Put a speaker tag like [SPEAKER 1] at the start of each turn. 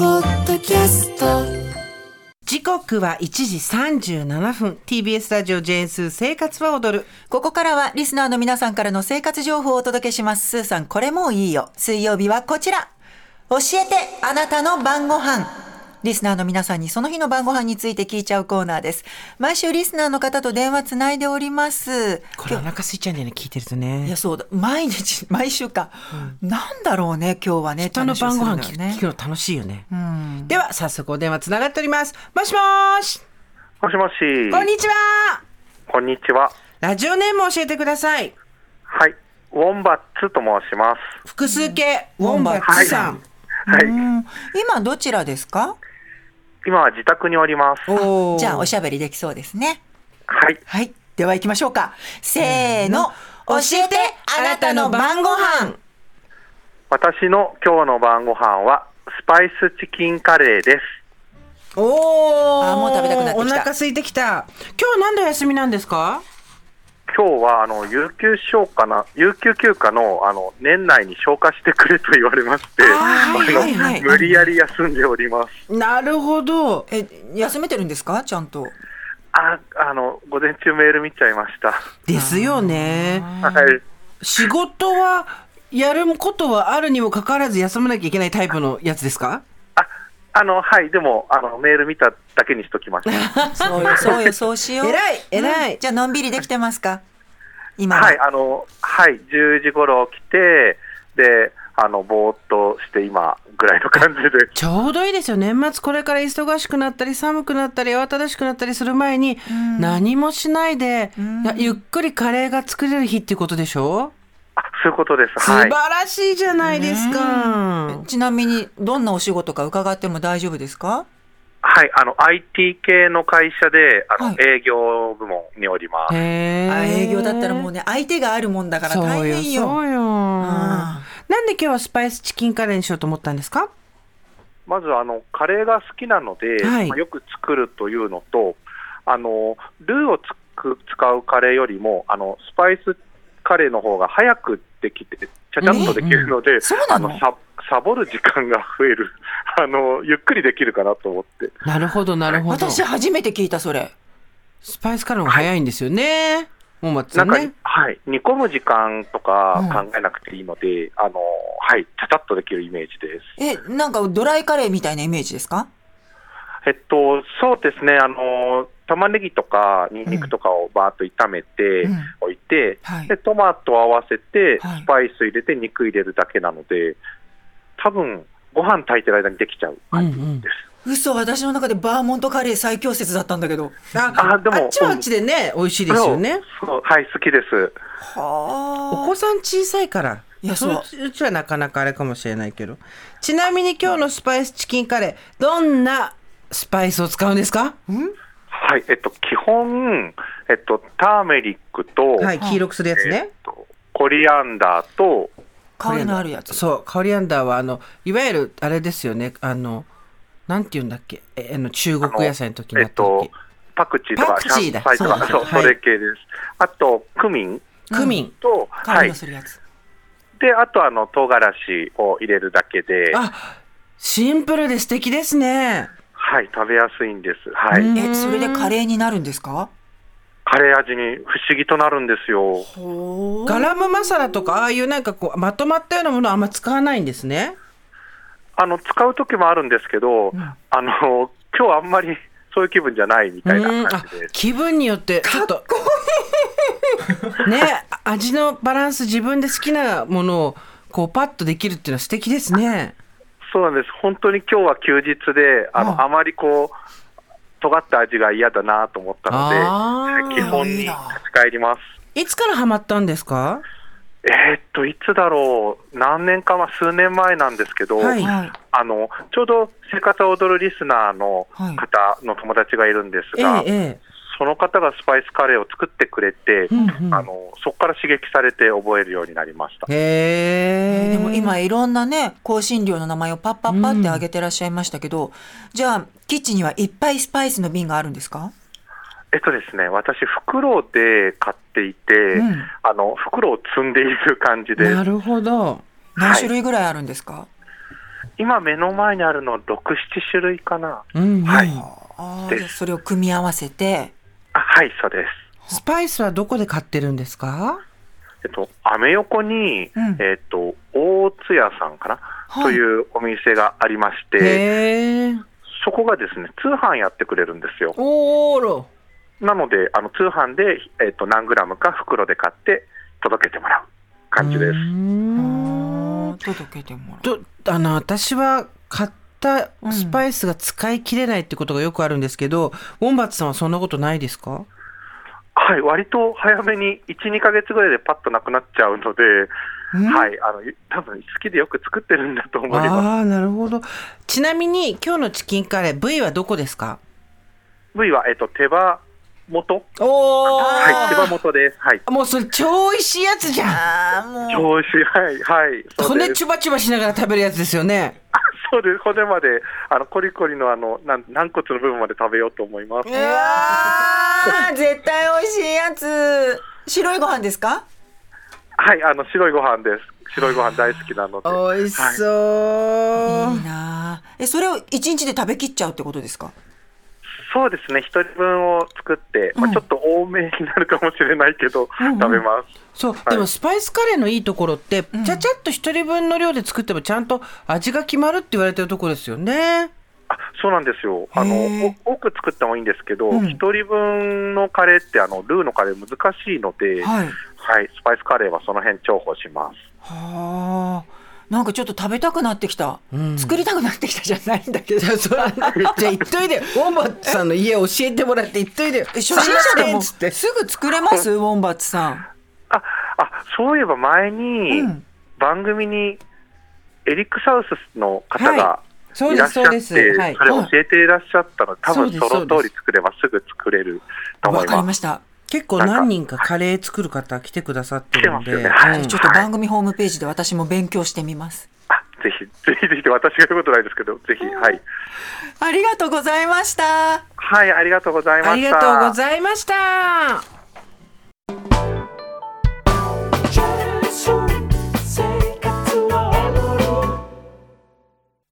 [SPEAKER 1] キャスト
[SPEAKER 2] 時刻は1時37分 TBS ラジオ JS 生活は踊る
[SPEAKER 3] ここからはリスナーの皆さんからの生活情報をお届けします。スーさん、これもういいよ。水曜日はこちら。教えて、あなたの晩ご飯。リスナーの皆さんにその日の晩ご飯について聞いちゃうコーナーです。毎週リスナーの方と電話つないでおります。
[SPEAKER 2] これお腹空いちゃうんだよね聞いてると
[SPEAKER 3] いや、
[SPEAKER 2] ね
[SPEAKER 3] そうだ。毎日、毎週か。なんだろうね、今日はね。
[SPEAKER 2] 人の晩ご飯聞
[SPEAKER 3] 楽し
[SPEAKER 2] く
[SPEAKER 3] みです
[SPEAKER 2] 聞く
[SPEAKER 3] よね。
[SPEAKER 2] の楽しいよね、
[SPEAKER 3] うん。
[SPEAKER 2] では早速お電話つながっておりますもしもーし
[SPEAKER 4] もしもし。
[SPEAKER 2] こんにちは
[SPEAKER 4] こんにちは。
[SPEAKER 2] ラジオネームを教えてください
[SPEAKER 4] はい。ウォンバッツと申します。
[SPEAKER 2] 複数形ウォンバッツさん、
[SPEAKER 4] はい。
[SPEAKER 3] うん今どちらですか
[SPEAKER 4] 今は自宅におります。
[SPEAKER 2] おー
[SPEAKER 3] じゃあおしゃべりできそうですね。
[SPEAKER 4] はい。
[SPEAKER 3] はい。では行きましょうか。せーの。教えて、あなたの晩ご飯。
[SPEAKER 4] 私の今日の晩ご飯は、スパイスチキンカレーです。
[SPEAKER 2] おー
[SPEAKER 3] あーもう食べたくなってきた
[SPEAKER 2] お腹空いてきた今日何でお休みなんですか
[SPEAKER 4] 今日は、あの、有給消化な、有給休暇の、あの、年内に消化してくれと言われまして、
[SPEAKER 2] あー
[SPEAKER 4] あ
[SPEAKER 2] はいはいはい
[SPEAKER 4] の無理やり休んでおります。
[SPEAKER 2] なるほど
[SPEAKER 3] え、休めてるんですかちゃんと。
[SPEAKER 4] あ、あの、午前中メール見ちゃいました。
[SPEAKER 2] ですよね
[SPEAKER 4] はい。
[SPEAKER 2] 仕事はやることはあるにもかかわらず休まなきゃいけないタイプのやつですか
[SPEAKER 4] あ、あの、はい。でも、あの、メール見ただけにしときました。
[SPEAKER 3] そうよ、そうよ、そうしよう。
[SPEAKER 2] 偉い偉い。
[SPEAKER 3] うんじゃあ、のんびりできてますか今
[SPEAKER 4] はい、あの、はい、10時頃起きて、で、あの、ぼーっとして今ぐらいの感じで
[SPEAKER 2] ちょうどいいですよ年末これから忙しくなったり寒くなったり慌ただしくなったりする前に何もしないでなゆっくりカレーが作れる日っていうことでしょ
[SPEAKER 4] あそういうことです。
[SPEAKER 2] 素
[SPEAKER 4] はい
[SPEAKER 2] 晴。らしいじゃないですか
[SPEAKER 3] ちなみに、どんなお仕事か伺っても大丈夫ですか
[SPEAKER 4] はい、あの、IT 系の会社で、あの、
[SPEAKER 3] はい
[SPEAKER 4] 営業部門におります。
[SPEAKER 2] へ
[SPEAKER 3] あ
[SPEAKER 2] え
[SPEAKER 3] 営業だったらもうね、相手があるもんだから
[SPEAKER 2] そう
[SPEAKER 3] 大
[SPEAKER 2] よ
[SPEAKER 3] 変よ。
[SPEAKER 2] そうよ
[SPEAKER 3] ん
[SPEAKER 2] なんで今日はスパイスチキンカレーにしようと思ったんですか
[SPEAKER 4] まず、あの、カレーが好きなので、
[SPEAKER 2] はい
[SPEAKER 4] まあよく作るというのと、あの、ルーをつく使うカレーよりも、あの、スパイスカレーの方が早くできて、ちゃちゃっとできるので、
[SPEAKER 3] そうな
[SPEAKER 4] あ
[SPEAKER 3] の
[SPEAKER 4] のササボる時間が増えるあの、ゆっくりできるかなと思って、
[SPEAKER 2] なるほどなるほど
[SPEAKER 3] 私、初めて聞いた、それ。
[SPEAKER 2] スパイスカレーも早いんですよね。もう松さ
[SPEAKER 4] なん
[SPEAKER 2] ん
[SPEAKER 4] か、
[SPEAKER 2] ね。
[SPEAKER 4] はい、煮込む時間とか
[SPEAKER 3] うん
[SPEAKER 4] 考えなくていいので、あのはい、ちゃちゃっとできるイメージです。
[SPEAKER 3] え、なんかドライカレーみたいなイメージですか
[SPEAKER 4] えっと、そうですね、あの玉ねぎとかニンニクとかをバーっと炒めて
[SPEAKER 3] うん
[SPEAKER 4] おいて、
[SPEAKER 3] はい
[SPEAKER 4] で。トマトを合わせて、
[SPEAKER 3] はい
[SPEAKER 4] スパイス入れて肉入れるだけなので、多分ご飯炊いてる間にできちゃう感じです。
[SPEAKER 3] 嘘、私の中でバーモントカレー最強説だったんだけど。
[SPEAKER 2] あ
[SPEAKER 4] あでも
[SPEAKER 2] あっちはあっちでね、美味しいですよね。
[SPEAKER 4] そうそうはい、好きです。
[SPEAKER 2] お
[SPEAKER 3] は
[SPEAKER 2] 子さん小さいから。
[SPEAKER 3] いやそう
[SPEAKER 2] うちはなかなかあれかもしれないけど。ちなみに今日のスパイスチキンカレー、どんなスパイスを使うんですか
[SPEAKER 4] はい、えっと、基本、えっと、ターメリックと、
[SPEAKER 2] はい、黄色くするやつ
[SPEAKER 4] えっ
[SPEAKER 2] ね。
[SPEAKER 4] と、コリアンダーと、
[SPEAKER 3] あ。香りのあるやつ。
[SPEAKER 2] そう、カリアンダーは、あの、いわゆる、あれですよね、あの、なんて言うんだっけ、えあの中国野菜の時に
[SPEAKER 4] え
[SPEAKER 2] あっ
[SPEAKER 4] った
[SPEAKER 2] 時
[SPEAKER 4] と、、パクチーと
[SPEAKER 2] パ
[SPEAKER 4] か、
[SPEAKER 2] クチーだ
[SPEAKER 4] シャンパイ
[SPEAKER 2] そ
[SPEAKER 4] と
[SPEAKER 2] うだ
[SPEAKER 4] か、そう、
[SPEAKER 2] はい
[SPEAKER 4] それ系です。あと、クミン
[SPEAKER 2] クミン。
[SPEAKER 4] と、
[SPEAKER 3] 香
[SPEAKER 4] は
[SPEAKER 3] り
[SPEAKER 4] い
[SPEAKER 3] の。するやつ。
[SPEAKER 4] で、あと、あの、唐辛子を入れるだけで、
[SPEAKER 2] あ、シンプルで素敵ですね。
[SPEAKER 4] はい、食べやすいんです。はい。
[SPEAKER 2] うん
[SPEAKER 3] え、それでカレーになるんですか
[SPEAKER 4] カレー味に不思議となるんですよ。
[SPEAKER 3] ほ
[SPEAKER 2] ガラムマサラとかああいうなんかこうまとまったようなものはあんま使わないんですね。
[SPEAKER 4] あの、使う時もあるんですけど、あの、今日あんまり そういう気分じゃないみたいな
[SPEAKER 2] うん
[SPEAKER 4] 感
[SPEAKER 2] あ
[SPEAKER 4] じです。
[SPEAKER 2] 気分によってちょっとねあ味のバランス自分で好きなものをこうパッとできるっていうのは素敵ですね。
[SPEAKER 4] そうなんです。本当に今日は休日で、あの、
[SPEAKER 3] うん
[SPEAKER 4] あまりこう、尖った味が嫌だなと思ったので、
[SPEAKER 2] あー
[SPEAKER 4] はい基本に立ち返ります。
[SPEAKER 2] いつからハマったんですか？
[SPEAKER 4] えーっと、いつだろう、何年かは数年前なんですけど、
[SPEAKER 2] はい
[SPEAKER 3] はい。
[SPEAKER 4] あの、ちょうど生活を踊るリスナーの
[SPEAKER 3] はい
[SPEAKER 4] 方の友達がいるんです
[SPEAKER 2] ええ
[SPEAKER 4] が、
[SPEAKER 2] え
[SPEAKER 4] その方がスパイスカレーを作ってくれて、
[SPEAKER 2] え。うんうん
[SPEAKER 4] あのそこから刺激されて覚えるようになりました。
[SPEAKER 2] へえ。
[SPEAKER 3] でも今いろんなね、香辛料の名前をパッパッパって挙げてらっしゃいましたけど、じゃあ、キッチンにはいっぱいスパイスの瓶があるんですか
[SPEAKER 4] えっとですね、私、袋で買っていて、
[SPEAKER 3] ん
[SPEAKER 4] あの袋を積んでいる感じで
[SPEAKER 2] なるほど。
[SPEAKER 3] 何種類ぐらいあるんですか
[SPEAKER 4] 今目の前にあるの6、7種類かな。
[SPEAKER 2] うんうん
[SPEAKER 4] はい
[SPEAKER 3] あーじゃあそれを組み合わせて。
[SPEAKER 4] あはい、そうです。
[SPEAKER 2] スパイスはどこで買ってるんですか
[SPEAKER 4] えっと、アメ横に、
[SPEAKER 3] うん
[SPEAKER 4] えっと、大津屋さんかな、
[SPEAKER 3] はい
[SPEAKER 4] というお店がありまし
[SPEAKER 2] へ
[SPEAKER 4] て、
[SPEAKER 2] え。
[SPEAKER 4] そこがですね、通販やってくれるんですよ。
[SPEAKER 2] おーろ。
[SPEAKER 4] なので、あの通販で、えっと、何グラムか袋で買って届けてもらう感じです。
[SPEAKER 2] うー
[SPEAKER 3] うんん届けてもらう。
[SPEAKER 2] とあの私は買ったスパイスが使い切れないってことがよくあるんですけど、ウォンバッツさんはそんなことないですか
[SPEAKER 4] はい、割と早めに1、2ヶ月ぐらいでパッとなくなっちゃうので、
[SPEAKER 3] うん
[SPEAKER 4] はい、あの多分好きでよく作ってるんだと思います。
[SPEAKER 2] ああーなるほどちなみに今日のチキンカレー部位はどこですか
[SPEAKER 4] 部位は、えっと、手羽元
[SPEAKER 2] おお、
[SPEAKER 4] はい、手羽元です。はい。
[SPEAKER 2] もうそれ超美味しいやつじゃん
[SPEAKER 3] ああ、もう。
[SPEAKER 4] 調子、はい、はい。そう
[SPEAKER 2] 骨
[SPEAKER 4] です。
[SPEAKER 2] チュバチュバしながら食べるやつですよね
[SPEAKER 4] そうです。骨まで、あの、コリコリの、あの、なん軟骨の部分まで食べようと思います
[SPEAKER 2] う。
[SPEAKER 3] うわー絶対美味しいやつ白いご飯ですか
[SPEAKER 4] はい、あの、白いご飯です。白いご飯大好きなので。
[SPEAKER 2] 美味しそう、
[SPEAKER 3] いいなーえそれを一日で食べきっちゃうってことですか
[SPEAKER 4] そうですね、一人分を作って、まあ、ちょっと多めになるかもしれないけど、食べます。
[SPEAKER 2] そう、
[SPEAKER 4] い
[SPEAKER 2] でもスパイスカレーのいいところって、ちゃちゃっと一人分の量で作ってもちゃんと味が決まるって言われてるところですよね
[SPEAKER 4] あそうなんですよあ
[SPEAKER 3] へ
[SPEAKER 4] の
[SPEAKER 3] ー
[SPEAKER 4] お多く作ってもいいんですけど、
[SPEAKER 3] うん
[SPEAKER 4] 一人分のカレーってあの、ルーのカレー難しいので、はい
[SPEAKER 3] はい
[SPEAKER 4] スパイスカレーはその辺重宝します。
[SPEAKER 3] はあなんかちょっと食べたくなってきた、
[SPEAKER 2] ん
[SPEAKER 3] 作りたくなってきたじゃないんだけど
[SPEAKER 2] じゃあ、そら、じゃあ言っといでよ。ウォンバッツさんの家教えてもらって言っといでよ。
[SPEAKER 3] え初心者でも
[SPEAKER 2] つ
[SPEAKER 3] す
[SPEAKER 2] って。
[SPEAKER 3] ぐ作れますウォンバッツさん
[SPEAKER 4] ああそういえば前に
[SPEAKER 3] うん
[SPEAKER 4] 番組にエリック・サウスの方が
[SPEAKER 2] そう
[SPEAKER 4] い
[SPEAKER 2] で
[SPEAKER 4] らっ
[SPEAKER 2] す、
[SPEAKER 4] しゃ
[SPEAKER 2] そ
[SPEAKER 4] って、
[SPEAKER 2] うです。はい。
[SPEAKER 4] それを教えていらっしゃったので、多分
[SPEAKER 2] そうです
[SPEAKER 4] その通り作ればすぐ作れると思
[SPEAKER 3] わ
[SPEAKER 4] い
[SPEAKER 3] かり
[SPEAKER 4] ます。
[SPEAKER 3] ました
[SPEAKER 2] 結構何人かカレー作る方来てくださってるので。
[SPEAKER 4] 来てますよねはい
[SPEAKER 2] うん
[SPEAKER 3] ちょっと番組ホームページで私も勉強してみます
[SPEAKER 4] あぜひ、ぜひぜひ、私が言うことないですけど、ぜひ、はい。
[SPEAKER 3] ありがとうございました
[SPEAKER 4] はい、ありがとうございま
[SPEAKER 2] あ
[SPEAKER 4] し
[SPEAKER 2] り
[SPEAKER 4] た。
[SPEAKER 2] がとうございました。